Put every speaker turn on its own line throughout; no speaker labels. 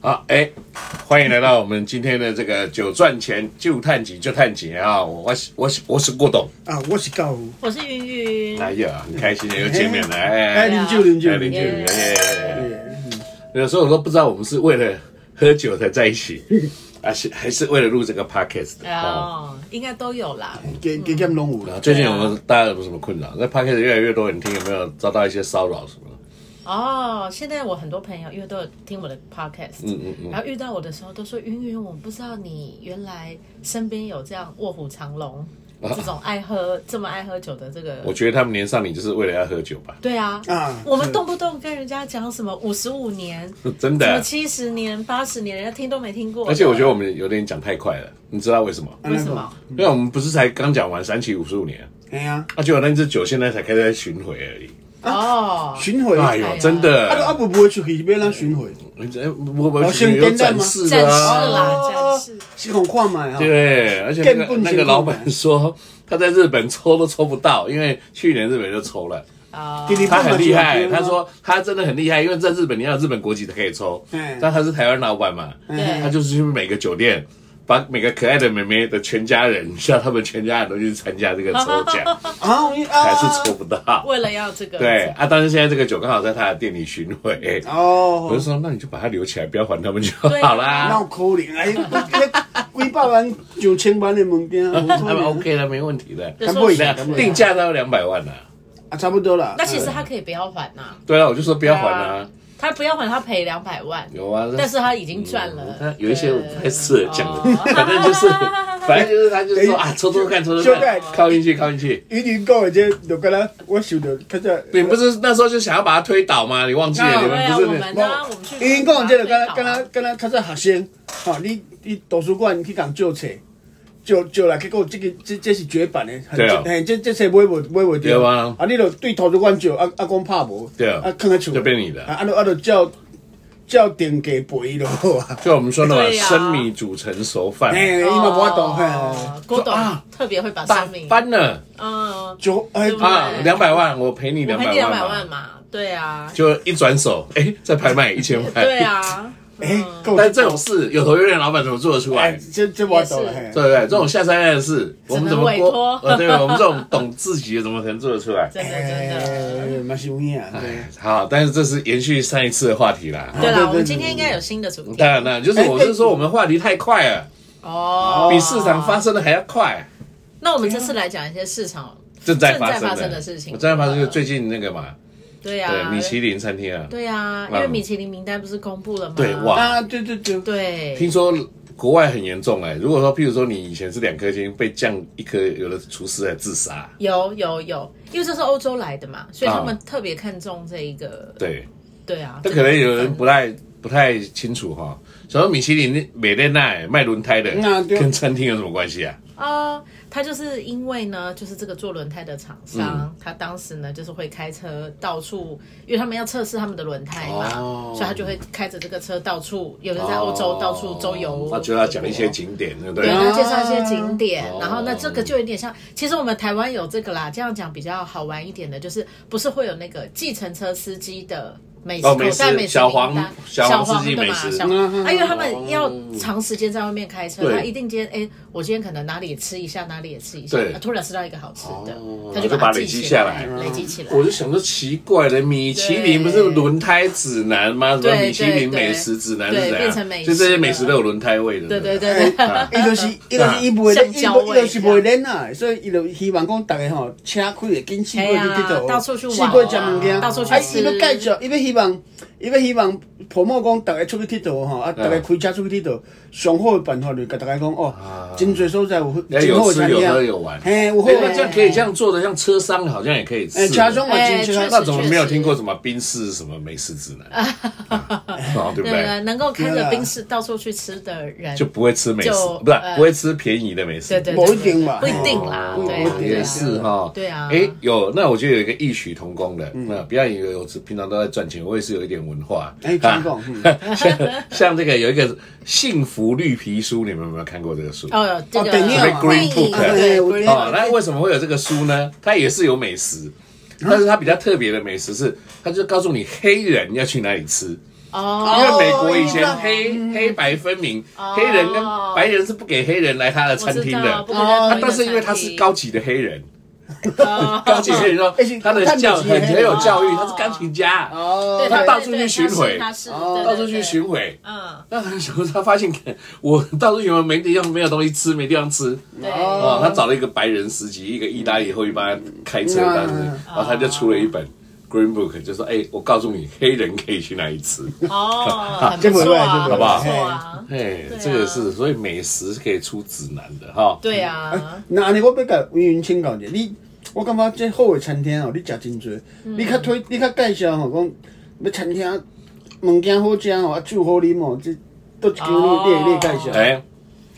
好，哎，欢迎来到我们今天的这个“酒赚钱就探景就探景”啊！我我是我是我是郭董，
啊，我是狗。
我是云云，
哎呀，很开心又见面了，
哎，
哎，
零九零九
哎，林俊宇，
耶
哎，有时候我都不知道我们是为了喝酒才在一起，还是还是为了录这个 podcast 啊。
哦，应该都有啦。
给给他们拢有
啊
啦。
最近有没有大家有没有什么困扰？那 podcast 越来越多人听，有没有遭到一些骚扰什么的？
哦，现在我很多朋友因为都有听我的 podcast，嗯嗯嗯，然后遇到我的时候都说云云，我不知道你原来身边有这样卧虎藏龙、这种爱喝 这么爱喝酒的这个
啊我，觉得他们连上你就是为了要喝酒吧，
对啊，
啊
我们动不动跟人家讲什么五十五年、
真
什么
的。啊
七十年、八十年，人家听都没听过。
而且我觉得我们有点讲太快了，你知道为什么？
为什么？
因为我们不是才刚讲完三期五十五年，
哎呀，
啊，结果那只酒现在才开始在巡回而已。
啊
哦，
巡回，
哎
啊，
呦，
呀
真
都啊
的，
不不会出去，要咱巡回，
哎我我
哦
巡
先
有
点赞
展
吗
示
展
的
示
啊，
啦，
哦
展示。
是互看卖啊。
对，而且那
更
个
不能
那个
行
老
动
板
的
说他在日本抽都抽不到，因为去年日本就抽了。
啊
给你
他
办法
很厉害，
酒吧
他说他真的很厉害，因为在日本你要有日本国籍才可以抽
嗯，
但他是台湾老板嘛，
对
他就是去每个酒店。把每个可爱的妹妹的全家人，叫他们全家人都去参加这个抽奖，
啊，我
还
啊
是抽不到。
为了要这个，
对啊，但是现在这个酒刚好在他的店里巡回，我就
哦，
说那你就把它留起来，不要还他们就好
哪
啦。
有可能？哎，几百万、上千万的物件，有
他
可
们
能
啊 OK 了，没问题的。
就
敢
说
不
对啊
敢不
定价都要两百万啦。
啊，差不多啦。
那其实他可以不要还呐、
对啊，我就说不要还
对
啦
啊。他不要还，他赔两百万，
有啊，
但是哦他已经赚了。
他有一些我不太适合讲的
对，
反正 就是，反正就是他就是说
哎
啊，抽抽看，抽抽
修改
看，靠运气，靠运气。
伊你讲的这，就跟咱我想到，较早
你不是那时候就想要把它推倒吗？你忘记了？
啊
你
对
们
啊，我
不是
们呢、啊，我们去。
伊讲的这，就跟咱跟咱跟咱较早学生，吼，你你图书馆去共借册。借借来，结果这个这这是绝版的，很
对啊
嘿，这这册买袂买袂
对
着
啊
啊，你著对图书馆借，啊啊讲拍无，
对啊
啊囥在厝，
就变你的
啊啊著啊著照照定价 赔就好啊，
就我们说的嘛，
对啊
生米煮成熟饭，
嘿，伊嘛无法度嘿，
呃郭董、
啊
特别会把
翻
生命，
翻了
嗯，
就哎
对不对
啊，两百万，我赔你
我
两
赔
百
你两百
万嘛
万。嘛，对啊，
就一转手，哎、在拍卖一千块。
对。啊，
哎，够
但这种事，有头有脸老板怎么做得出来？
哎，这这无法度了
也
嘿
对，不对？这种下三滥的事，我们怎么
委
过
托？
呃，对，我们这种懂自己的，怎么可能做得出来？
真的真的。
哎，嘛是有影啊，对
哎，好，但是这是延续上一次的话题啦。
对
对对
啦，我
对
们今天应该有新的主题
当然了，就是我是说我们话题太快了，
哦。
比市场发生的还要快。啊
那我们这次来讲一些市场，
正在发生
正在发生
的
的事情
我正在发生就是最近那个嘛，
对
对
啊，
米其林餐厅啊，
对啊，因为米其林名单不是公布了吗？
对哇
啊，对对对，
对，
听说国外很严重哎。如果说，譬如说你以前是两颗星，被降一颗，有的厨师还自杀。
有有有，因为这是欧洲来的嘛，所以
啊
他们特别看重这一个。
对，
对啊，
那可能有人不太不太清楚哈、小时候米其林美列奈卖轮胎的
嗯啊，对
跟餐厅有什么关系啊？
啊，他就是因为呢，就是这个做轮胎的厂
嗯
商，他当时呢就是会开车到处，因为他们要测试他们的轮胎嘛，
哦
所以他就会开着这个车到处，有的在欧洲到处周游。
那哦就要讲一些景点，对不对
对，？
啊
他介绍一些景点，
哦
然后那这个就有点像，其实我们台湾有这个啦，这样讲比较好玩一点的，就是不是会有那个计程车司机的美食
哦
口
美食
袋美食
小
名
黄
单
小黄
小
司机
的
美
嘛，
食
小
嗯
黄，啊因为他们要长时间在外面开车，
对
他一定今天哎，我今天可能哪里吃一下，哪里也吃一下
对，
啊突然吃到一个好吃的
哦，
他就
就把
它
它累
记
积
起
下
来，
来
累积起来。
我就想说奇怪了，米其林不是轮胎指南吗？什么
对
米其林
对对
美食指南
对
是怎
变成美
样？
食
就这些美食都有轮胎味的。
对对
对。
对 对，
啊
伊就是伊就是伊袂
橡
伊
胶
袂伊
味
就是袂练啊，所以伊就希望讲逐个吼车开会紧四过去佚
嘿啊
佗，
到处去玩
四过食物件，
到处去
啊
吃
伊要介绍，伊要希望，伊要希望婆某讲逐个出去佚佗吼，啊逐个开车出去佚佗，上好的办法就甲大家讲哦，真侪所在有
哎
真好
啊有
的
吃
餐
有
厅啊
喝，有玩，
嘿，有好
哎那这样
的，
可以这样做的，像车商好像也可以
哎，
试。
车上嘛真
哎
车
确
那
实
怎么没有听过什么冰室什么美食指南？ 啊，对不对
那个？能够开
对啊
着冰室到处去吃的人
就，不会吃美食
就，
不是
呃
不会吃便宜的美食哦
对。对，对
某一点吧
不一定啦，
哦
对
某
啊
一点
对
也
啊。
是哈，嗯
对啊
哎，有，那我觉得有一个异曲同工的，那不要以为我只平常都在赚钱，我也是有一点文化。
哎怎么讲
啊 像像这个有一个《幸福绿皮书》，你们有没有看过这个书？
哦，这个
哦等一下
会议
Green Book
对
哎我
Green
觉得
哦
Book，，
那为什么会有这个书呢？它也是有美
嗯
食，但是它比较特别的美食是，它就告诉你黑人要去哪里吃，
哦，
因为美国以前
哦
黑、黑白分明，
嗯哦
黑人跟白人是不给黑人来他的餐厅的
我。知道不可以在
哦
同一
啊
个
但是因为他
餐
是
厅
高级的黑人，
哦
高级黑 人说
而且
他的
他
教
高级黑
很
人
很有教育，
哦
他是钢琴家，
哦
对
他
对
到处
对
去巡
对他是
回
他是
哦
对对
到处去
对
巡回。
嗯，
那很久，他发现 我到处巡回没地方没有东西吃，没地方吃。
对，
哦，
哦
他找了一个白人司机，一个意大利后裔帮他开车，
嗯
当时，然后他就出了一本 Green Book，就说：“哎，我告诉你，黑人可以去哪里吃。
哦，很
这
不
回
错
来
啊，
这回来
很
好不好
不错啊”，
哎
对啊，
这个是所以美食是可以出指南的哈。
对啊，
那安尼，我要甲云云请教者，你我感觉这好的餐厅哦，你食真多，
嗯
你较推，你较介绍吼，讲要餐厅物件好食哦，啊酒好啉哦，这都一间你
哦
你会你会介绍。
哎，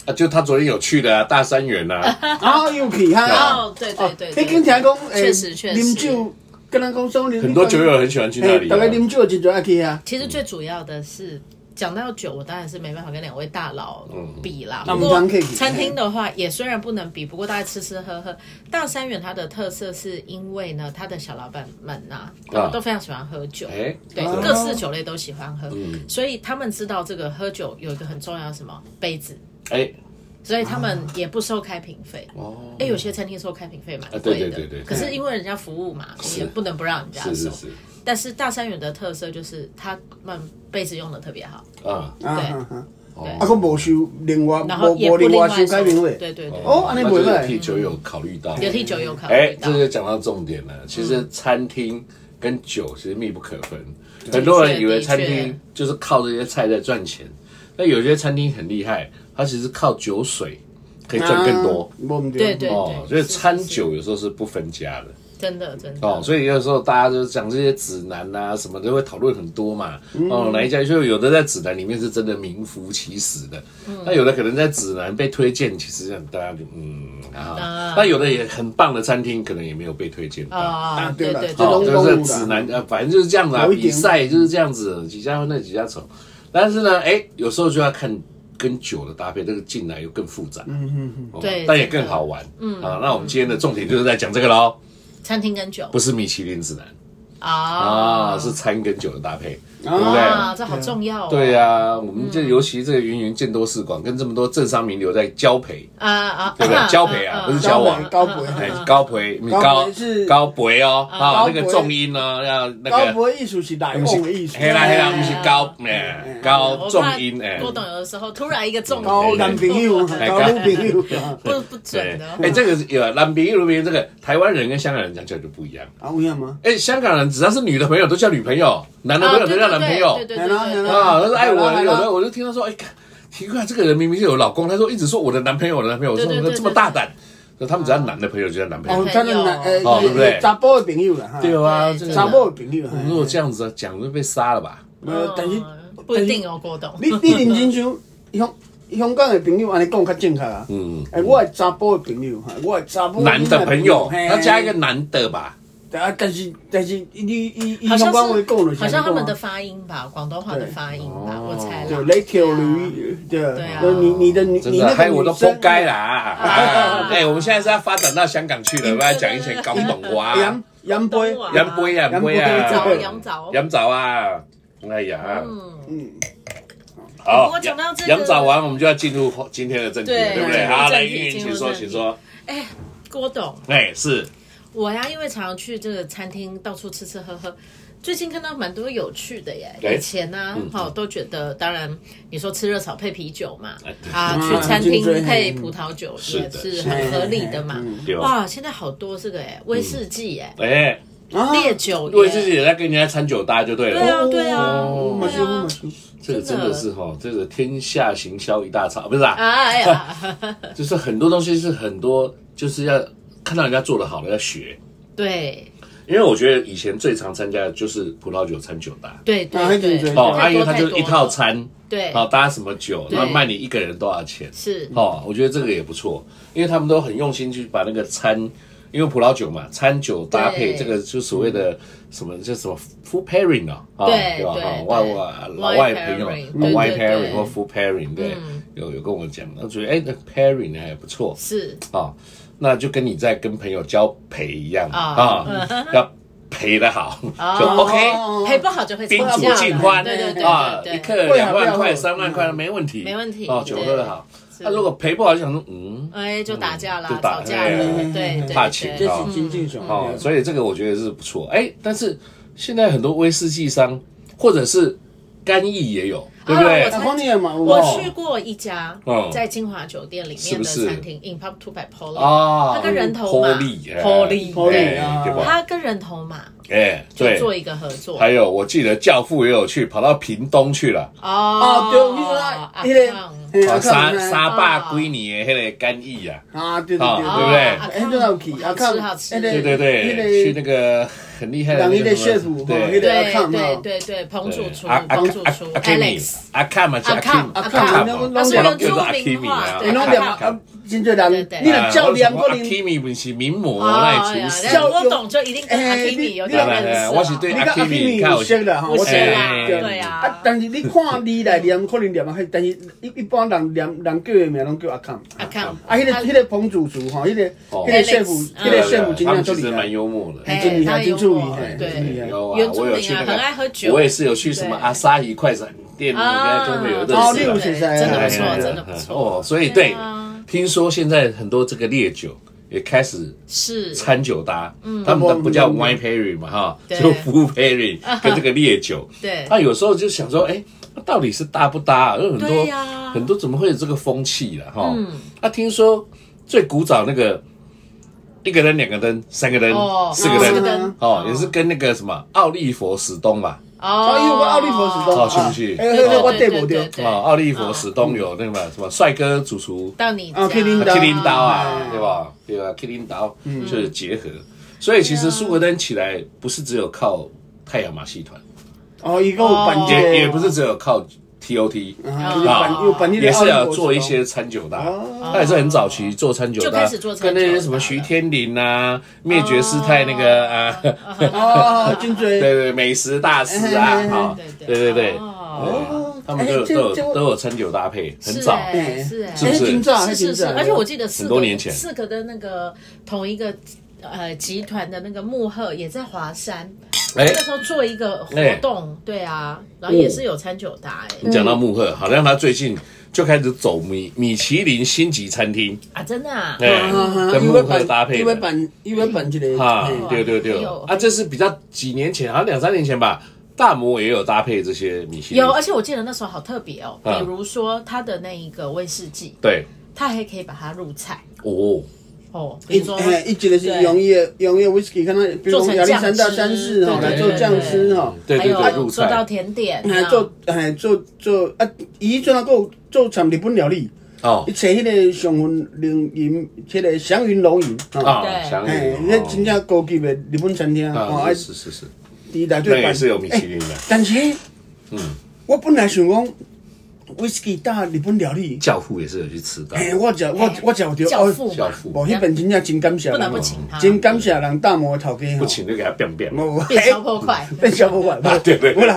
啊，就他昨天有去的啊，大三元呐，
啊，又去哈。
哦，对对对，
哎
你跟听讲，诶
确实确实
啉酒，跟人讲说，
很多酒友很喜欢去那
诶，
里
哎大
啊。
家啉酒真多爱去啊。
其实最主要的是，讲到酒，我当然是没办法跟两位大佬比啦。
嗯
不过
那我们当然可以比
餐厅的话，也虽然不能比，不过大家吃吃喝喝。大三元它的特色是因为呢，它的小老板们呐、他们都非常喜欢喝酒，
啊哎，嗯
对，
哦
各式酒类都喜欢喝，所以他们知道这个喝酒有一个很重要的什么杯子，
哎，
所以他们也不收开瓶费。哦，哎，有些餐厅收开瓶费蛮贵的，
啊对对对对对
可是因为人家服务嘛，你也不能不让人家收。
是是是，
但是大三元的特色就是他们杯子用的特别好，
啊，
啊
对
哈哈，
哦
啊，佫无收另外，
然后
无
也
无
不
另
另
外
外
收改名
收
费。
对对对，
哦安尼
那
袂
就
歹
是替酒友考虑到。
有替酒有考
哎
虑，到嗯
这。就讲到重点了。其实餐厅跟酒其实密不可分，很多人以为餐
的确
厅就是靠这些菜在赚钱，那有些餐厅很厉害，它其实靠酒水可以赚更多。
啊，无毋
对对
哦，所以餐酒有时候是不分家的
真的真的
哦，所以有时候大家就讲这些指南啊什么的，会讨论很多嘛。哦，哪一家就有的在指南里面是真的名副其实的，那有的可能在指南被推荐，其实大家就嗯啊
啊，
那有的也很棒的餐厅，可能也没有被推荐到。
啊，
对
对
了
对
这
哦，
种
对，
就是指南呃，反正就是这样子啊，
有一点
比赛就是这样子，几家欢乐几家愁。但是呢，哎，有时候就要看跟酒的搭配，这个进来又更复杂，嗯嗯嗯，
对
但也
真的
更好玩，嗯啊。那我们今天的重点就是在讲这个喽，
餐厅跟酒
不是米其林指南
啊
啊，是餐跟酒的搭配，对
啊
不对？
啊，这好重要哦。
对呀，我们这尤其这个云云见多识广，跟这么多政商名流在交配，
啊啊，
对不对交配啊不是交往
交往
哎
啊，
高培，你
高
高
培是
高培哦，啊
高，
那
培
个重音呢，要那
高
个
博艺术是啊嗯来往的艺术，
黑啦黑啦，
我
不
们
是高诶高哦重音哎哦诶，
郭董有的时候突然一个重
交
音，
男朋友，
哎
交女朋友啊，
不不准
对
的，哦
哎，这个是有啊男朋友女朋友这个台湾人跟香港人讲起来就不一样。
啊有影吗？
哎，香港人只要是女的朋友都叫女朋友，哎男的朋友
啊
都叫男朋友
对对对
哎啦哎
对对，
啦
啊。他说哎我
哎啦
有的我就听他说哎，看奇怪这个人明明是有老公，他说一直说我的男朋友我的男朋友，我
对
说
对对对
这么大胆，那他们只要男的朋友就叫男朋
哦
友
哎，
他的男呃
哦对不对
查甫的朋友啦，哈
对啊，这
对
个
查某的朋友，嘿
如果这样子讲就被杀了吧？
呃，但是
嗯不一定哦，郭董。
你你认真想，香香港的朋友安尼讲较正确啊。
嗯，
诶，我系查甫的朋友，哈，我系查甫
男的朋友
哦嘿
要加一个男的吧？
啊，但是但是你你你
好
香
像
港话
是
讲就是
好像他
这样
们
讲
的
啊
发音吧，广东话的发音吧，
对哦
我猜
对
啦。
雷条
对啊
驴，对，
啊
就你你的你
真
你
的，
那
害
个
我
女
都
生
活该啦！啊！哎，我们现在是要发展到香港去了，不要讲以前港董话、
杨杨杯，
懂我啊
杨杯啊，杨杯
洋
啊
杯，
洋枣
杨枣啊！哎呀，
嗯，
嗯，
好
不过讲到这，个
杨枣完，我们就要进入今天的正题了，
对
对不对？
进入
好，
正题
来，云云，
进入
请说，
正题
请说。
哎，郭董，
哎，是
我呀，因为常常去这个餐厅到处吃吃喝喝，最近看到蛮多有趣的耶。
哎
以前呢、啊，好、都觉得，当然你说吃热炒配啤酒嘛，啊，
嗯
去餐
竞
厅
争
配葡萄酒
哎是
也
的
是
是
很合理的嘛
嗯。
有
哇，现在好多这个哎，威士忌哎，
哎，
啊
烈酒
因为自己
耶，
也在跟人家参酒搭就对
对
了。哦
啊，对啊，
我嘛
对
是我
啊
嘛。是
这个真的是哈，这个天下行销一大潮，不是啊？
啊哎呀，
就是很多东西是很多，就是要看到人家做的好了要学。
对
因为我觉得以前最常参加的就是葡萄酒餐酒搭。
对
啊还
对
挺
对，
准
哦，
太
啊，因
多
为它就是一套，餐，
太多了对
好搭什么酒，
对
然后卖你一个人多少钱，
是
哦，我觉得这个也不错，因为他们都很用心去把那个餐，因为葡萄酒嘛，餐酒搭配
对
这个就所谓的什么叫什么 food pairing 啊，啊
对
吧？
对
哈
对
外外老
Wine
外朋友
pairing，
老外
对对对嗯
pairing 或 food pairing，对，有有跟我讲，我觉得哎，那 pairing 呢还不错，
是
啊，那就跟你在跟朋友交陪一样
啊
啊，要赔的好，
哦
就 OK。
赔不好就会吵
宾
架
主
了
尽欢，
对对
啊，
对
一
对对，
克两万
会啊会
块、
啊
三万块没问题，
没问题
哦，酒喝得好。
对
那如果赔不好，就想说嗯，
哎，就打架啦
嗯，就打
吵架了
哎，
对对
怕
对
请
这
到
是
对，
金靖
嗯
爽
哦，所以这个我觉得是不错。哎，但是现在很多威士忌商或者是干邑也有，对不对
啊我？
那黄也嘛，
我去过一家
嗯
在金华酒店里
是
面
不
的
是
餐厅，In Pub Two by Polo，
啊，
它跟人头马
Poly，哎
Poly，
哎
Poly，啊
对吧？
他跟人头马
哎，
就做
对。
一个合作。
还有，我记得《教父》也有去，跑到屏东去了，
啊，
哦，
对，你
啊
说迄
嗯
个嘿
啊，
阿
沙
康
沙坝龟尼的那个干邑啊，
啊，对对
啊
对，
对不对
哎，那有去阿康，
哦好吃
那
好
个
吃
对对
那
对，去
个
那个很厉害的
人
那
那
个
个
什
chef，
么，
吼那个阿
对
康啊
对
嘛，
对对，彭主厨，
阿阿
彭主厨
阿
Alex，
Kimi，
啊
阿卡嘛，阿卡
阿卡
阿
阿
卡
卡
嘛，
他
我
是
拢
用
叫做阿
著名
Kimi
话
啊，
对
你拢
阿
念
卡
啊
卡，
真侪
对
人
对，
你若照念
我
可
阿
能，
Kimi 不是名模，
哎
那
呀
厨师
人。家我懂就一定跟阿 Kimi 有点
哎
认识
哎
啊。
我是对
你甲阿
Kimi
Kimi
较有
有识啦，吼，
我
有
是
识
啦
哎，
对
啊
啊，，
但是你看字来念，可能念啊，但是一一般人念人叫的名拢叫阿康。
阿康，
啊，迄个迄个彭主厨吼，迄个
哦
迄个 chef，迄
对
个
啊对啊
chef 真
他们
正
其
足
实
厉
蛮
害，
幽默的。
哎
真厉
他
害，真
幽
注意
默，，
嘿
对
真厉害。
有啊，
原住
我
民啊
有去那个，
很爱喝酒
我也是有去什么
对
阿萨伊快闪店，应
啊
该都没有认
哦
识
你有
的。
去
对
噻
真的不
哎哎
错，
哎
真的不错。
哦，所以对
对啊，
听说现在很多这个烈酒也开始
是
餐酒搭，他们的不叫 wine pairing 嘛哈，
嗯对
就 food pairing 跟这个烈酒。
对
那有时候就想说，哎，那到底是搭不搭啊？有很多
对呀嗯
很多怎么会有这个风气了哈？那听说最古早那个一个人、两个人、三个人
哦，、
四个
四
人
个。灯
哦，也是跟那个什么奥利佛史东吧，
啊，
哦，
因为我奥利佛是
哦
都，
是不是
哎，
对
迄个我
对
缀
对
无
对
着，
对嗯
哦，奥利佛史东有那个什么帅哥主厨
到你
啊去领
啊
导
麒麟刀啊
嗯，
对吧？对啊吧？麒麟刀就是结合，所以其
啊
实苏格登起来不是只有靠太阳马戏团，
哦，伊个有办这个，
也也不是只有靠 TOT，
哦
啊，有办有办迄个
也是要做一
奥利佛
些餐酒的啊。
哦
他也是很早期做餐酒的
就
啊
开始做，
跟
餐酒的
那些什么徐天林啊、灭绝师太那个啊，
士多哦，真
对
侪。
对，美食大师啊，
嗯
啊，
对
对对对，
哦
对
哦
他们都有
哎这
都
这
有都有餐酒搭配，很
是
早。
哎是哎
是不
哎，
是
真早，
是
还
是
真
是，
早，
而且我记得四
很
个
多年前
四个的那个同一个呃集团的那个幕后也在华山，
哎
那时候做一个活动，对啊，然后也是有餐酒搭哎
你讲到慕赫，好像他最近就开始走米米其林星级餐厅，
啊，真的啊，
哎
啊，
跟
伊
慕
要
赫
办
搭配
伊要
的。
办，伊要办一个，
啊
嘿，
对对
哎
对
呦，
啊，这是比较几年前，好像两三年前吧，大摩也有搭配这些米其林，
有，而且我记得那时候好特别哦，
啊
比如说它的那一个威士忌，
对，
它还可以把它入菜
哦，
哦，比
一
如说
哎，一级的是用伊的用伊的 whisky，看那比如
做成
讲亚历山大
酱
三
汁
世吼
对
来做
对
酱汁
对
吼，
对
还
对对，入
有做到
菜
甜点
哎
啊，
做哎做做啊，伊做那个做掺日本料理，
哦
伊找迄个上云龙吟，迄个祥云龙吟吼，
啊，
对
想
哎，
你，
迄真正高级的日本餐厅吼，
啊，
啊，
是是是，
伊内底
那也
办
是有米其林的
但是，嗯，我本来想讲 whisky 搭日本料理，
教父也是有去吃到，
嘿，哎我食我我哦食着，
哎教父
教
嘛，
父
无迄本真正真感谢
不
人
能不
哦，
请他，
真感谢人大摩头家
不
吼，
请就给他变变，
无
变
嘿
超破 块，
变小不坏，
啊， 对对
无
对
啦，，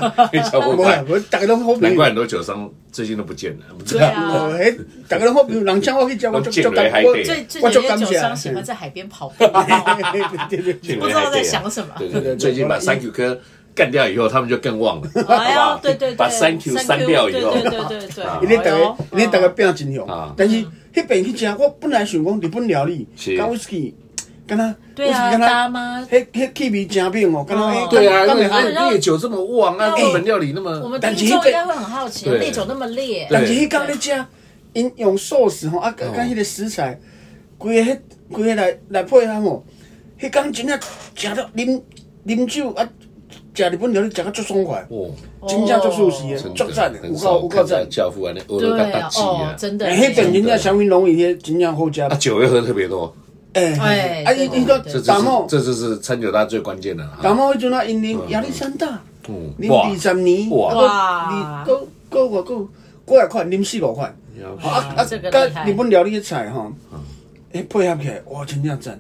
教父
无啦，无大家都好朋
难
友
怪，很多酒商最近都不见了，不知
对
道。
啊。
无嘿，大家都好朋友，人请我去食，我
都
足
见
足
雷
感
海
我
底
最最
我
近
足
有
感
些酒
谢，啊
商喜
嘿
欢在海边 跑步，哦
嘿嘿对对对，
不
不知道在想什么
对对
对
对，
对
最近 把
对
三 Q 科干掉以后，他们就更旺了，好不
哎
好
呀，？对对对，
把三 Q 删掉以后，
对对对 对对
啊，
伊咧
哎
逐
呦
个伊咧逐个拼真
啊
凶，但是迄边去食，我本来想讲日本料理，
是
甲 whisky，敢若
对啊，大妈，
迄迄气味真猛哦，敢若
哦
迄
对啊，
敢
因为
若敢若
那烈酒这么旺啊，
哎
日本料理那
我
么
们听众应该会很好奇，
对
烈酒那么烈，
对哦
但是迄工咧食，因用 sauce 吼，啊，甲甲迄个食材，规个迄规个来来配合吼，迄工真正食到啉啉酒啊，食日本料理食到足爽快，
哦，
真正足舒适
真
的，
的
足赞的，
很
有
少
够有够
看到
赞。
教父啊，那俄罗斯
对
大鸡
哦
啊，，
真的，
哎，迄本
真
真
的
正祥云龙伊迄真正好食，
啊，酒又喝特别多，
哎，
哎
啊，
对
伊伊
对
个
这就
感
是
冒
这就是餐酒搭最关键的
感
啊。
冒迄阵啊，因啉亚历山大，
嗯
啉
哇
二十年，
哇
啊，搁搁搁搁搁来款啉四五款。
了
啊啊！
这个厉
甲
害
日本
嗯
哎料理的菜吼，诶配合起来，哇，真正赞！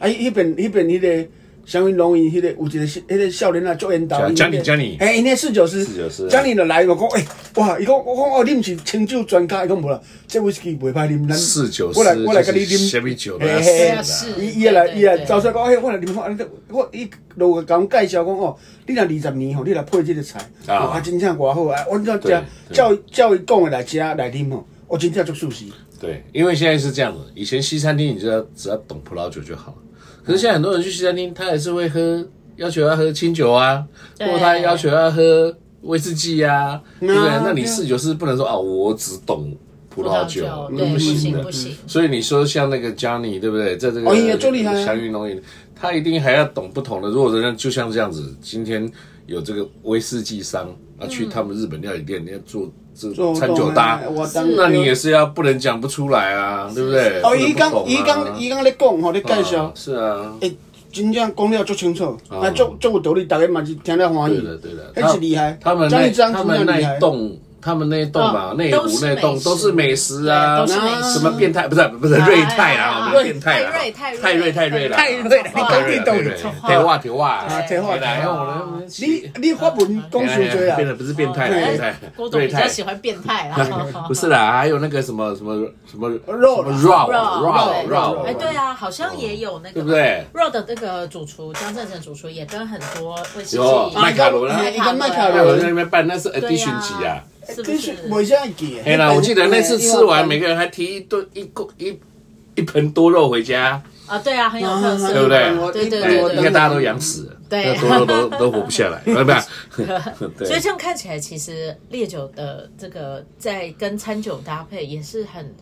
啊，迄迄边迄边迄个祥云龙因迄个有一个迄个少年啊，做引导。
江江江你
哎，因迄四九师，
四九师啊
江你就来，我讲，哎，哇，伊讲，我讲，哦，你毋是清酒专家，伊讲无啦，这威士忌袂歹啉，咱
四九
我来，我来甲你
就是
啉，
什么酒都
嘿
要啊
嘿
试
啦
嘿
是
哎伊伊也来，
对
伊也
对
走出来讲，哎，我来啉看，啊你我伊就甲阮介绍讲，哦，你若二十年吼，你来配即个菜，
啊
哇，真正偌好啊，我这
对
食，照照伊讲的来食来啉吼，我真正足舒适。
对，因为现在是这样子，以前西餐厅你就要只要懂葡萄酒就好了。可是现在很多人去西餐厅，他还是会喝，要求要喝清酒啊，或
对
者他要求要喝威士忌啊，对不对？那你
对
四九是不能说啊，我只懂葡萄酒，那
对，不
行
行
的
不。行，
所以你说像那个 Johnny 对不对？在这个
哦也做厉害啊
祥云农业，他一定还要懂不同的。如果人家就像这样子，今天有这个威士忌商啊，去他们日本料理店，你要做这
嗯做
个餐酒搭
懂啊我当，
那你也是要不能讲不出来啊，对不对？
哦，
不能
伊
不
刚
懂啊
伊刚伊刚咧讲吼，咧介绍
啊，是啊，
诶，真正讲了足清楚，啊，足足有道理，大家嘛是听了欢
对
喜
的，对的，
迄是厉害。
他们
张
那
一张
他们
真正
那
厉害
一栋，他们那一栋嘛，
嗯
内
都
湖
是
那
美
栋
食
都是美食啊
对都，是美食
什么变态不是不是
哎
瑞泰啦，我们
哎
变态啦，
太瑞
泰瑞
太
泰
瑞
瑞啦，
太瑞啦你讲对
对
对
铁话铁话，
啊铁话
对啦
铁
话
哎我们
你你法文讲伤
哎
侪
变
啊
得！不是变态啦，
哦对
变态
哎郭总
瑞
比较
泰
喜欢变态啊啦。
不是啦，还有那个什么什么什么
肉啦
什么 raw
肉
raw
肉，
raw，
哎，对啊，好像也有那个，
哦对不？对？
肉的那个主厨江正成主厨也跟很多威士忌
有麦卡伦
啊
啊，
伊讲麦卡
还有人
伦
在，那边办，那是
对
edition
呀
级啊。
是不
真是
是？
袂啥会记的。
哎啦，我记得那次吃完，每
个
个人还提一顿一锅一一盆多肉回家，
啊，对啊，很有特色，
对不对
对对
哎
对对
你看大家都养死了，
对
那多肉都都活不下 来，对吧？对
所以这样看起来，其实烈酒的这个在跟餐酒搭配也是很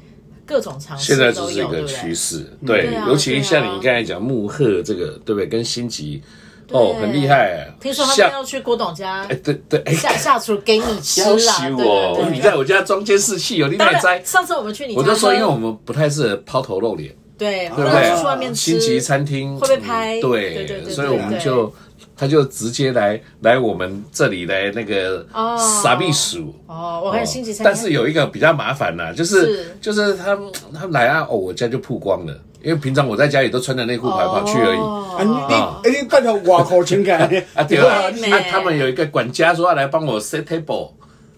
各种尝试
现在这
都
是一
有，对
个
不
趋
对？
势，对
对啊，
尤其像
对啊
你刚才讲木鹤这个，对不对？跟星级，哦，
对
很厉害。
听说他们
像
要去郭董家
哎，对对，哎，
下下厨给你吃
要
啦，
死
对啊
我！
对
你
对。
在我家装监视器哦，你
当
哪
然，
在？
上次我们去你家
我
喝，
就说，因为我们不太适合抛头露脸，对
对，或
不
者
对？
是去外面
星
吃，
级餐厅
会被拍
嗯
对对
对，
对
所以
对
我们
对
就他就直接来来我们这里来那个
哦
傻避暑。
哦，我
哦
看星级餐厅，
但是有一个比较麻烦呐，就是
是
就是他们他们来啊，哦，我家就曝光了，因为平常我在家里都穿着内裤跑来跑去而已。
啊，你
哦
你哎你拜托外口请客
啊，对了，
对
啊
没，
他们有一个管家说要来帮我 set table，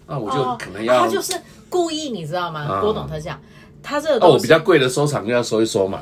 那我就可能
哦
要
他就是故意，你知道吗？
啊
郭董他讲，他这个
哦，
东西
我比较贵的收藏就要收一收嘛。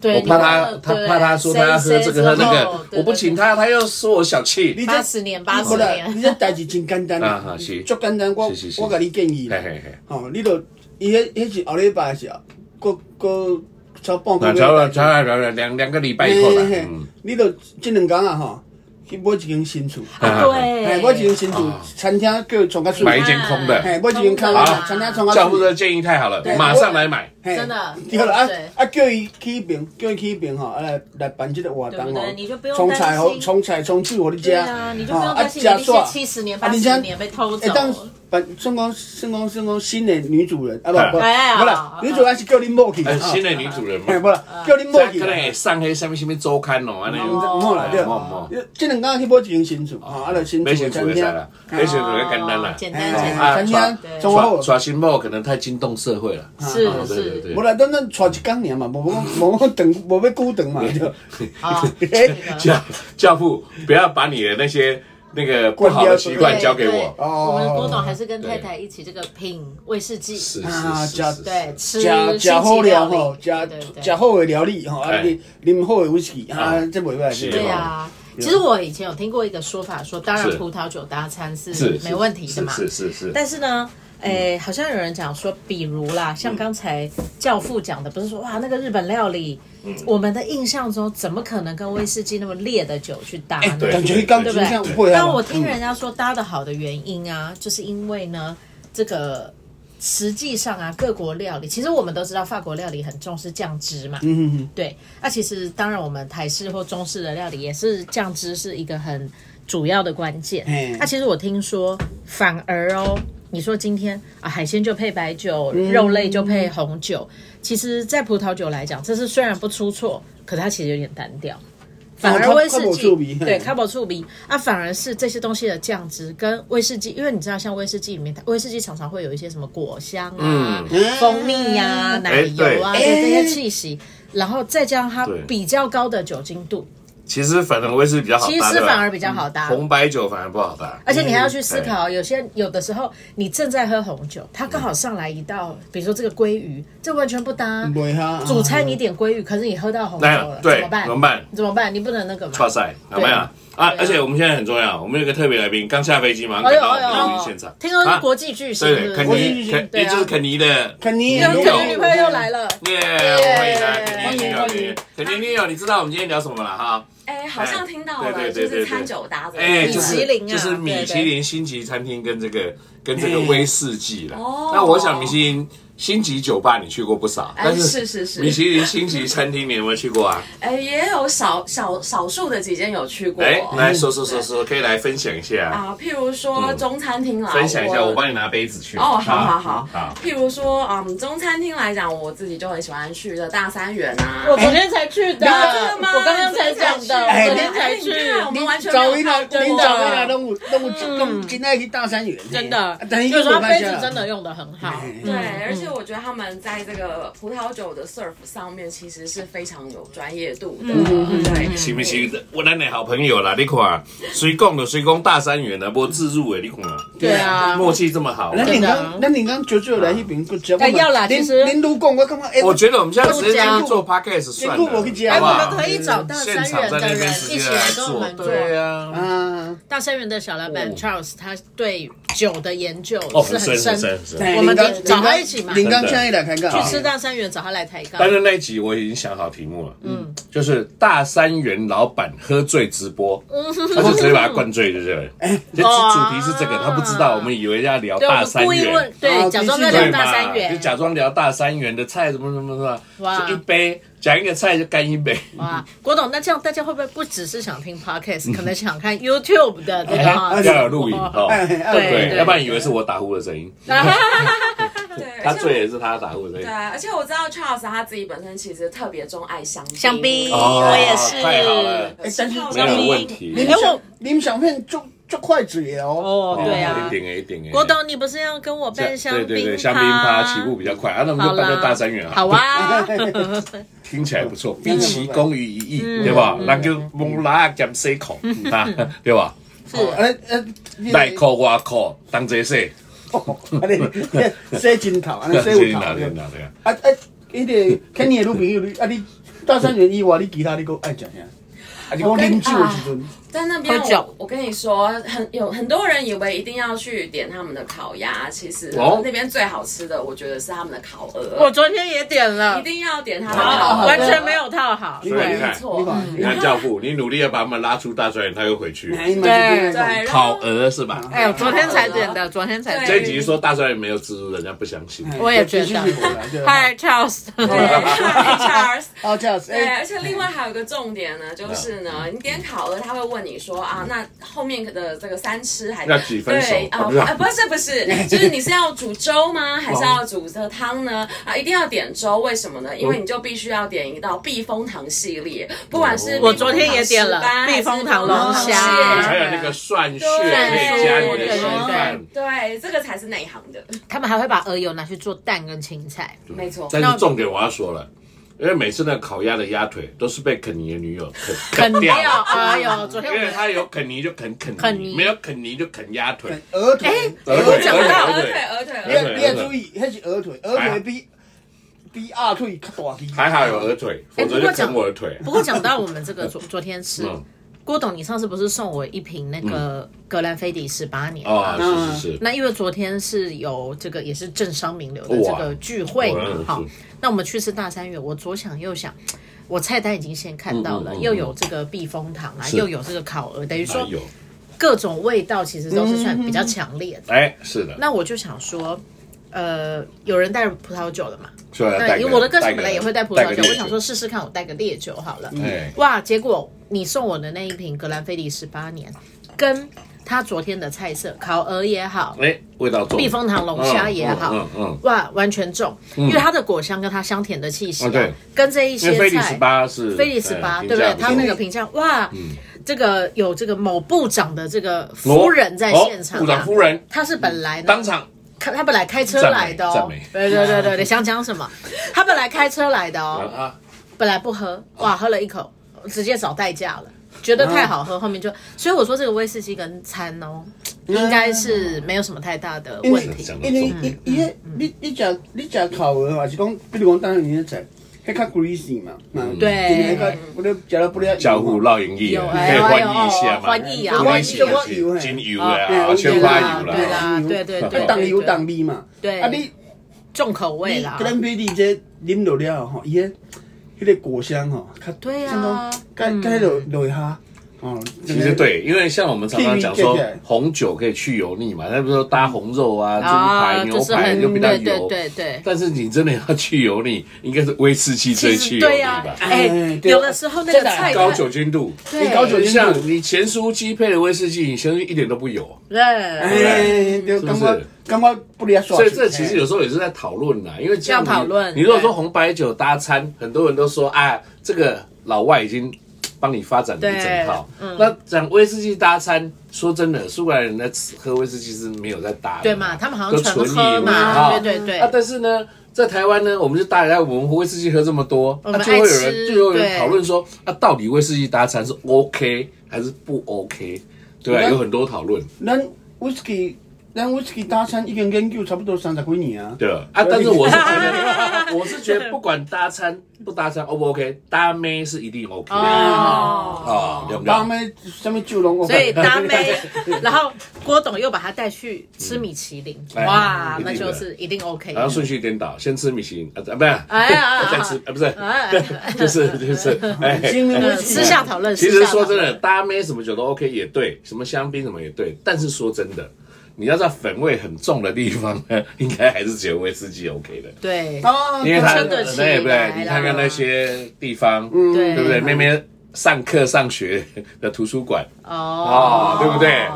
对，
我怕
你
他
知道
他
对
怕他说他要喝这个喝那
哦
个，我不请。他，他又说我小气。
你
八十年，八
你
十
过来，
年，
你这代志真简单
啊哈是
足简单。我
是是是
我甲你建议啦
嘿，嘿嘿。
吼，你著伊迄迄是后礼拜是啊，过过超半个
那
月
差
的
不多，差不多
代志。
差不多两两个礼啊拜以后啦
嘿嘿。嘿
嗯，
你著即两天啊吼，去买一间新厝，
啊
哎，
对，
买一间新厝
啊，
餐厅叫创较水，
买一间空的
哎，买一间空
空的
的
啦，
餐厅创较
教
水
父。的建议太好了
对，
马上来买。
嘿
真的
对了啊
对
啊，叫伊去一边，叫伊去一边吼，啊来来办这个活动
对不
吼
对你就不，用
冲菜
担
吼，
心
冲菜冲酒互你食，
对啊，你就不用担心你
啊
那
吃煞
些七十年、
啊
八
你
十
像
年被偷走
会。当办，算讲算讲算讲新的女主人，啊不
哎
不，
哎
不啦，女主人是叫恁某去
哎
的，
新的女主人
哎
嘛，
不啦，
啊
叫恁
这
某去
可能会
的，
上黑上面什么周刊哦，安尼。
哦
莫啦对
哦哦
啦，这两天去买一间新厝，啊啊，就新
没
厝
钱
餐
煮会使
厅，
啦，没钱煮会简单
哦
啦。
简单
哎
简
啊
餐
单，
厅中
耍
好。
耍新报可能太惊动社会了。
是
啊对对
是
对
无啦，咱咱娶一工尔嘛，无讲无讲长，无要久长嘛， 对。
啊，
教教父，不要把你的那些那个不好的习惯交给我。
哦
我们郭董还是跟太太一起这个品威士忌，
是
啊
是是
教
是，
对，吃
食食好料吼，食
对对对
食好的料理吼，啊，
哎
你啉好的威士忌啊
啊，
这袂歹。
是
对啊，其实我以前有听过一个说法，说当然
嗯是
葡萄酒搭餐
是
是
是
没问题的嘛，
是是是是，
但是呢，诶、
嗯
好像有人讲说，比如啦，像刚才教父讲的，不是说哇那个日本料理，
嗯
我们的印象中怎么可能跟威士忌那么烈的酒去搭呢？
对
感觉刚
对
真
不对
像会啊。嗯
但我听人家说搭的好的原因啊，就是因为呢，这个实际上啊，各国料理，其实我们都知道法国料理很重视酱汁嘛，
嗯，嗯
对。那、其实当然，我们台式或中式的料理也是酱汁是一个很主要的关键
嗯。
那、其实我听说，反而哦，你说今天啊，海鲜就配白酒，肉类就配红酒，其实，在葡萄酒来讲，这是虽然不出错，可它其实有点单调。反而
较
威士
哦
较无
忌
趣味嘿
对 c a b o 醋鼻啊，反而是这些东西的酱汁跟威士忌，因为你知道，像威士忌里面，它威士忌常常会有一些什么果香啊、
嗯
蜂蜜呀、奶油啊、
哎
对
对这些气息，然后再加上它
对
比较高的酒精度，
其实反而威士忌比较好搭，
其实
对吧嗯
反而比较好搭
红白酒反而不好搭，
啊而且你还要去思
嗯
考，有些有的时候你正在喝红酒，它刚好上来一道，比如说这个鲑鱼，这完全不搭。
袂哈，
啊主餐
嗯
你点鲑鱼，可是你喝到红酒
那
了，怎
对
么办？
怎么办？
怎么办？你不能那个嘛。
哇塞，好没有啊？
对啊
而且我们现在很重要，我们有一个特别来宾刚下飞机，马上赶
哎呦
到我
哎
们录音
呦
现场，，
听说
啊
是国际巨星，
对
是
肯
不是？
尼肯，
对
也
啊
就是肯尼的
肯尼
女友
肯尼女朋友又来了，
耶，我们也来肯
欢
尼
迎
女友，肯尼肯尼女友，你知道我们今天聊什么了哈？
哎，好像听到
哎对
了，
对对
就
对
是餐酒搭子，
哎，
米
就
其
是
林啊
就是米其
对
林星级餐厅跟这个跟这个
哎
威士忌啦。
哦
那我想米其林星级酒吧你去过不少，
哎
但
是是是
米其林星级餐厅你有没有去过啊？
哎，也有少少少数的几间有去
嗯
过
哎，来说说说说，可以来分享一下啊，
啊，譬如说中餐厅啦，
分享一下，我帮你拿杯子去。啊
哦，好好好
好，
譬如说，嗯，中餐厅来讲，我自己就很喜欢去的大三元啊。
嗯
我昨天才去的，
真的吗
我刚刚才讲的，
哎
我昨天才去
哎。你看我们完全没
早
有
一来，
看过，
恁早一来拢有拢有拢真爱去大三元，
啊嗯真的
嘿啊，但是
就是
又
他
没
杯
吃
子
啊
真的用的很好，
对，
嗯
而且我觉得他们在这个葡萄酒的 serve 上面其实是非常有专业度的，
嗯
对，
是不是我咱的好朋友啦？你看，谁讲的？谁讲大三元啊的？无自入的，你看，
对啊，
默契这么好。
咱
真
恁
的
刚，咱恁刚九九来迄边佫食，
哎要啦
恁
其实
恁都讲，我感觉哎，
我觉得我们现在直接就是做 podcast
连
算
顾我去
了，
加，
哎，
好不
我
好
们？可以找大
现
三
场
元
在
的
那
人
边直
一
接
起
来
来跟我
做，
们做。
对呀，
啊，
大三元的小老板 Charles，他对酒的研究
嗯哦，
是
很
很
深很
深。
深很深。
哎
我
林
们得
刚
找他一起嘛
林刚现在来开杠，
去吃大三元，找他来抬杠。
但是那一集我已经想好题目了，嗯，就是大三元老板喝醉直播，
嗯
他就直接把他灌醉，对不对？哎，这主题是这个，他不知道，我们以为要聊
对，我
大
们
三
故意
元
问，，对，
啊
假装
哦
必须
在
对
聊
的
大
嘛
三？
就
元。
假装聊大三元的菜什么什么什么，
哇
就一杯讲一个菜就干一 杯，
哇，郭董，那这样大家会不会不只是想听 podcast，可能想看 YouTube 的那个哈
哎要有录影哦，
哎，哎
对
对，要不然以为是我打呼的声音，
对，
嗯他
而且
醉也是他打呼的声音
对，。而且我知道 Charles 他自己本身其实特别钟爱香槟
香槟
哦
我也是
太好了，
对吃到
没有
香槟
问题。
林
哎我
小林小片就就快嘴了哦，
哦，对啊
一。点 A 点 A。
郭董，你不是要跟我办香
对对
槟
对，香槟趴起步比较快啊，那我们
好
就办
啦
在，大三元啊，
好 啊，
听起来不错，毕其功于一役，对吧？那个蒙拉减四口，啊，对吧？
是
哎哎，你
内裤外裤当这说，
哦啊 你洗真头，安尼洗有头
哪
对
哪对 啊？
啊啊，迄个肯尼的女朋友，你啊你大三元以外，你其他你佫爱食啥？啊，你讲啉酒的时阵，
在那边
喝酒
我，我跟你说，很有很多人以为一定要去点他们的烤鸭，其实、
哦
那边最好吃的，我觉得是他们的烤
我
鹅，
昨天也点了
一，定要点他们的烤
好
鹅，
完全没有套好。
所以你看
没，错
你看，
你
你看
看教父，你努力要把他们拉出大三元，他又回去。
哎嘛是这样
对，然
烤
后
鹅是吧？
哎，我昨天才点的，昨天才
这
点。
一集说大三元没有植入，人家不相
哎
信。
我也觉得
这必须是我来对
嗨，Charles，
对 Charles。
哦，这样子，
对，
哎，
而且另外还有一个重点呢，就是呢，你点烤鹅，他会问你说啊，那后面的这个三吃还
要几分熟
对啊
啊不是啊
啊，不是不是，就是你是要煮粥吗？还是要煮这个汤呢？啊，一定要点粥，为什么呢？因为你就必须要点一道避风塘系列，不管是
我昨天也点了避
避
风
风
塘
塘石斑还
龙
是
虾
龙
哎还
蟹
有那个蒜屑可
对
以加你的稀饭，
对，这个才是内行的，
他们还会把鹅油拿去做蛋跟青菜。
没错。
但是重点我要说了，因为每次那烤鸭的鸭腿都是被肯尼的女友啃
肯
啃
定
掉，嗯
要，哎呦，昨天
因
我
为
们
他有肯尼就啃肯尼，
肯尼
没有肯尼就啃鸭腿。
鹅腿，
鹅
鹅
腿
腿，
讲到
鹅腿，鹅腿，
你也
鹅腿，
你也注意，迄是鹅腿，鹅
哎
腿比比鸭腿较大只。
还好有鹅腿，否
哎
则就
不过
啃
讲
我的腿。
不过讲到我们这个昨昨天吃
嗯，
郭董，你上次不是送我一瓶那个格兰菲迪十八年
啊，
吗？
是是是，
嗯那因为昨天是有这个也是政商名流的这个聚会
哇
嘛，好
是，
那我们去吃大三元，我左想右想，我菜单已经先看到了，
嗯嗯嗯
又有这个避风塘啊，
是
又有这个烤鹅，等于
哪
说
哎有？嗯
各种味道其实都是算比较强烈的。
哎，是的，
那我就想说，呃，有人带葡萄酒了嘛？
所以要带
对，因
个
为我的个性本来也会带葡萄
个
酒，
烈
我想说嗯试试看，我带个烈酒好了。
哎，
哇，结果你送我的那一瓶格兰菲迪十八年，跟他昨天的菜色，烤鹅也好，
哎，味道重，
避风塘龙虾也好，
嗯嗯嗯嗯
哇，完全中，因为它的果香跟它香甜的气息、啊
啊对
跟这一
因为
些
菲利十
菜。
八是
菲利十八，
哎
对不对？
评价
他
错
那个评价，哇，这个有这个某部长的这个
罗
夫人在
哦
现场啊，
部长夫人
她是本来呢
当场
开他本来开车来的
赞
哦
美赞美，
对对对对对，想讲什么？他本来开车来的哦，
啊，
本来不喝，哇，喝了一口，直接找代驾了。觉得太好喝，
啊
后面就，所以我说这个威士忌跟餐哦，
嗯
应该是没有什么太大的
因为
问题。
因为伊伊迄你你食你食烤的，还是讲比如讲当年的菜，迄较 greasy 嘛，嘛
对
迄个不咧食了不咧
交互绕营业，你
有
啊可
哎
以
呦
换一下嘛，
欢迎啊
换一下
欢迎
金油
啊
啊，
对
雪花油
对
啦，
啦对对对
啊当油当味嘛，
对
啊你
重口味
你
啦
格，兰比利这啉落了吼，伊迄迄个果香吼，较
对啊
该该落落下，哦，
其实对，因为像我们常常讲说
屁屁屁屁，
红酒可以去油腻嘛，那不是说搭红肉啊、猪排、
嗯啊，
牛
就是
排
很
就比较
对对
油。
对对。
但是你真的要去油腻， 应该是威士忌最
其
去
实
油
对
腻
呀
吧，？啊
哎
哎，对
有的时候那个菜
高酒精度，
对
你高酒
就
精
像
度，
你前酥鸡配的威士忌，你前酥鸡一点都不油啊。
对，
哎，对，
不
感
是
觉感觉不哩爽。
所以这其
哎
实有时候也是在讨论呐，因为这样你
要讨论
你如果说红白酒搭餐，很多人都说啊，这个老外已经帮你发展了一整套。
嗯
那讲威士忌搭餐，说真的，苏格兰人在吃喝威士忌是没有在搭的，
对嘛他们好像
都纯
纯喝
饮
嘛
啊
对对对
啊，但是呢。在台湾呢，我们就大家我们威士忌喝这么多，
我
那、
们
就会有
爱
人
吃
就有人
对
讨论说，啊，到底威士忌搭餐是 OK 还是不 OK？对啊，
我们
有很多讨论。
咱 whisky，咱 whisky 搭餐已经研究差不多三十几年啊。
对啊，但是我是觉 得，我是觉得不管搭餐不搭餐，O 不 OK，搭妹是一定 OK
哎
的
哦，
啊，有没
搭
有？
咩什么酒拢我
所以 搭妹，然后郭董又把他带去吃米其林，
哎
哇
一定，的
那就是一定 OK
然。后顺序颠倒，先吃米其林啊，不是，
哎呀哎呀
再吃啊，不是，
哎
对，就是就是，哎。
精明
呃
威
私
士
下讨论，
其
私
实
下讨
说真
论
的，，搭妹什么酒都 OK 也对，什么香槟什么也对，但是说真的，你要在粉味很重的地方 呢，应该还是只有威士忌 OK 的。
对，
啊，
因为他
真
对
的
不
起
对？
来
你
了
看看那些地方，
对
对不对？妹妹上课上学的图书馆
哦
哦，，对不对？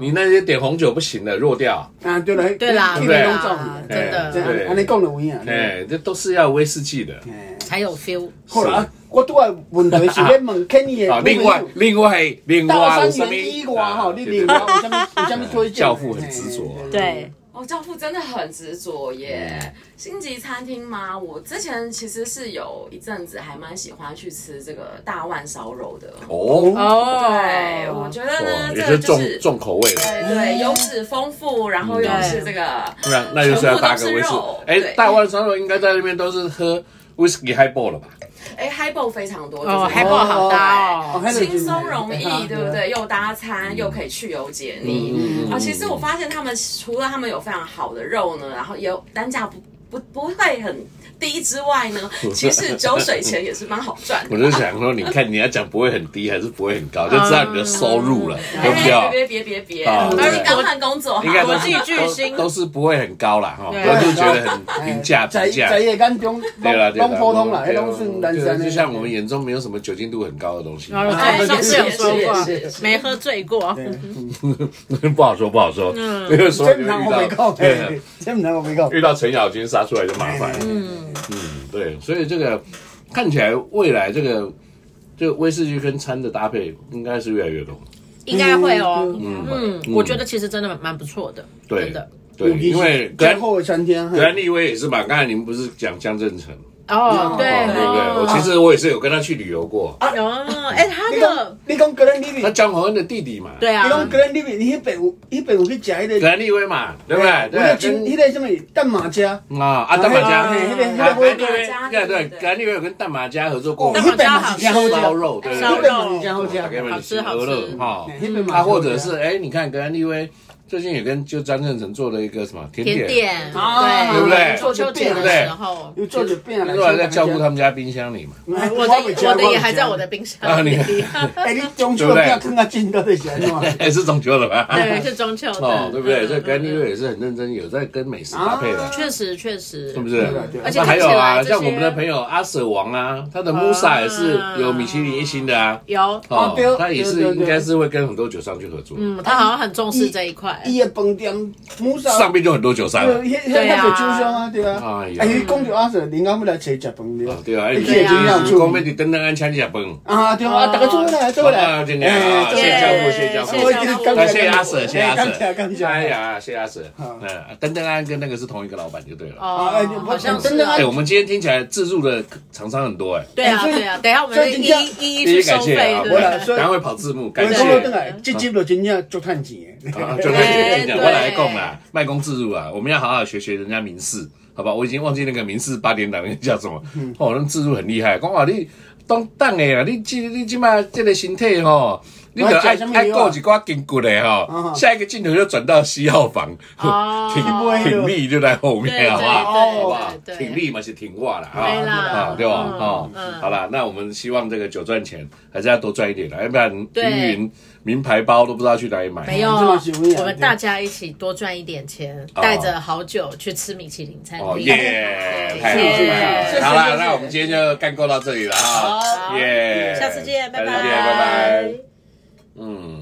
你那些点红酒不行的，弱掉，
啊，对啦，
对啦，
去
对
年
对
拢
不
走
啦，
去
真
这
对
的
样安尼讲就有影。
哎，这都是要威士忌的。
嗯哎
才有 feel。
好啦，啊我拄啊问题是咧问 Kenny
啊，
的，
另外，另外，另外，
大
有
三
什么啊
元以外吼，
对
你
对
另
对
外有什么有什么推荐？
教父很执着啊
对，
哦，教父真的很执着
嗯
耶。星级餐厅吗？我之前其实是有一阵子还蛮喜欢去吃这个大腕烧肉的。
哦，
哦
对，我觉得
哦
呢，
也
这
是
个就
重
是
重口味的，
对对，油脂丰富，然后又是这个，
那那就是要搭个威士
全部都是肉。
哎，
对
大湾烧肉应该在那边都是喝 whisky highball 了吧？
哎，highball 非常多，
哦
就是
，highball 好搭哦。
哦
轻松容
啊
易，对不？对？又搭餐，
嗯
又可以去油解腻。啊，其实我发现他们除了他们有非常好的肉呢，然后也有单价不不不会很低之外 呢，其实酒水钱也是蛮好赚
我
的。
就想说，你看你要讲不会很低还是不会很高，就知道你的收入了，对不
嗯哎
对？
别别别别别，
啊
我是刚换工作，
应该
好
都
吗
是
国际巨星
都都是不会很高啦，哈，
对
都是觉得很平价
啊哎在
平价
在。伊眼中，
对啦，对啦
拢普通啦，迄
对
拢算南
对啊
山的。
就像我们眼中没有什么酒精度很高的东西，
然后
哎
上次有说
是是是
过，
是
没喝醉过。
不好说，不好说。
嗯
没有 说就
这唔
遇
通我未
到
讲，
对啊
嘿这唔通我未讲。
遇到程咬金杀出来就麻烦。
嗯，
对，所以这个看起来未来这个这个威士忌跟餐的搭配应该是越来越多。
应该会哦，
嗯
嗯，我觉得其实真的蛮不错的，
对
真的
对，因为格
最
兰
后的餐厅，嘿
格兰利威也是嘛，刚才你们不是讲江镇成，
哦，对
哦对不对？我其实我也是有跟他去旅游过，
哦，哎，他
你
的
讲你讲格兰利比，
那
你
江宏恩的弟弟嘛，
对啊，
讲格兰利比，你迄边有迄边有去食迄
格
个，
兰利威嘛，对不对？
有迄个
对
金
跟
迄个什么蛋马家，
啊，阿蛋马家，
嘿迄个
啊
迄个味道
对对对，格兰利威有跟蛋马家合作过
哦，
蛋
迄
马
边
家
嘛
好
是
吃
真好食，
烧肉对
烧肉
真好
大家
食。
们鹅肉哈
嘿，那边嘛
啊，
是好
或
吃
者是哎，你看格兰利威最近也跟就张振成做了一个什么甜
甜
点。
点，
啊
对不对
中秋节的时候，
又做一饼啊
听
来。
说还在照顾他们家冰箱里嘛，
哎
我的我的也还在我的。冰
啊
箱
你
里。
哎，你中秋饼更加劲到的钱嘛？
哎，是中秋了吧？
啊
对，是中秋的，
哦，对不对？
嗯
所以格兰利威也是很认真，有在跟美食搭配的，
确实确实，
是不是
啊对啊对啊？
而且
那还有啊，
看起来这些
像我们的朋友阿舍王啊，他的 Musa 也是有米其林一星的啊，
有，
哦
对，
他也
对
是
对对
应该是会跟很多酒商去合作。
嗯，他好像很重视这一块。
伊的饭店母少
上面就很多酒商了。
迄迄那就酒商啊，对啊。
哎
啊，
呀
伊讲着阿 Sir，恁阿要来找食饭
啊
了。
对啊，哎，
你
你
这个真
讲要
要注意。
伫等等安请食饭。
啊，对啊，大家做来，做来。
啊，真的啊，谢谢谢谢
我已经刚
那
才
谢谢阿 Sir，谢谢阿
感谢
Sir，
感谢。
哎呀，谢谢阿 Sir。嗯，等等安跟那个是同一个老板就对了。
啊哎
哦，好像
真
是
的
啊
啊
哎，我们今天听起来自助的厂商很多哎，
对啊
哎所以
对啊，等一下我
所
们
以
一
真正
一
第
一去
一感
收
谢
费
啊，，
对
我
不
啦
来，
所
对？
以
等会跑字幕，
我
感
讲到
谢
等。来，这集就真正足趁钱的。
啊，就来这样，我来供
哎
啦，卖公自入啊，我们要好好学学人家民事，好吧？我已经忘记那个民事八点档那个叫什么，
嗯
哦，那自入很厉害，讲哇你当当的啊，你这你即马这个身体吼。你得爱爱
啊
顾一寡筋骨的
哦
吼，下一个镜头就转到西药房，挺 挺立就在后面，好不好？好不好？挺立嘛是挺挂啦，
哦对啦
啊，对吧？
嗯
啊，
嗯
好啦，那我们希望这个酒赚钱，还是要多赚一点啦，要不然
对
云云名牌包都不知道去哪里买。
没有，
这么是不一样
我们大家一起多赚一点钱，
哦
带着好酒去吃米其林餐
哦
厅。
耶，太好
谢谢
了，
谢谢
好
谢
了，
谢
那我们今天就干够到这里了啊，
好
耶，
下次见，拜
下次见，拜拜，
拜。
嗯。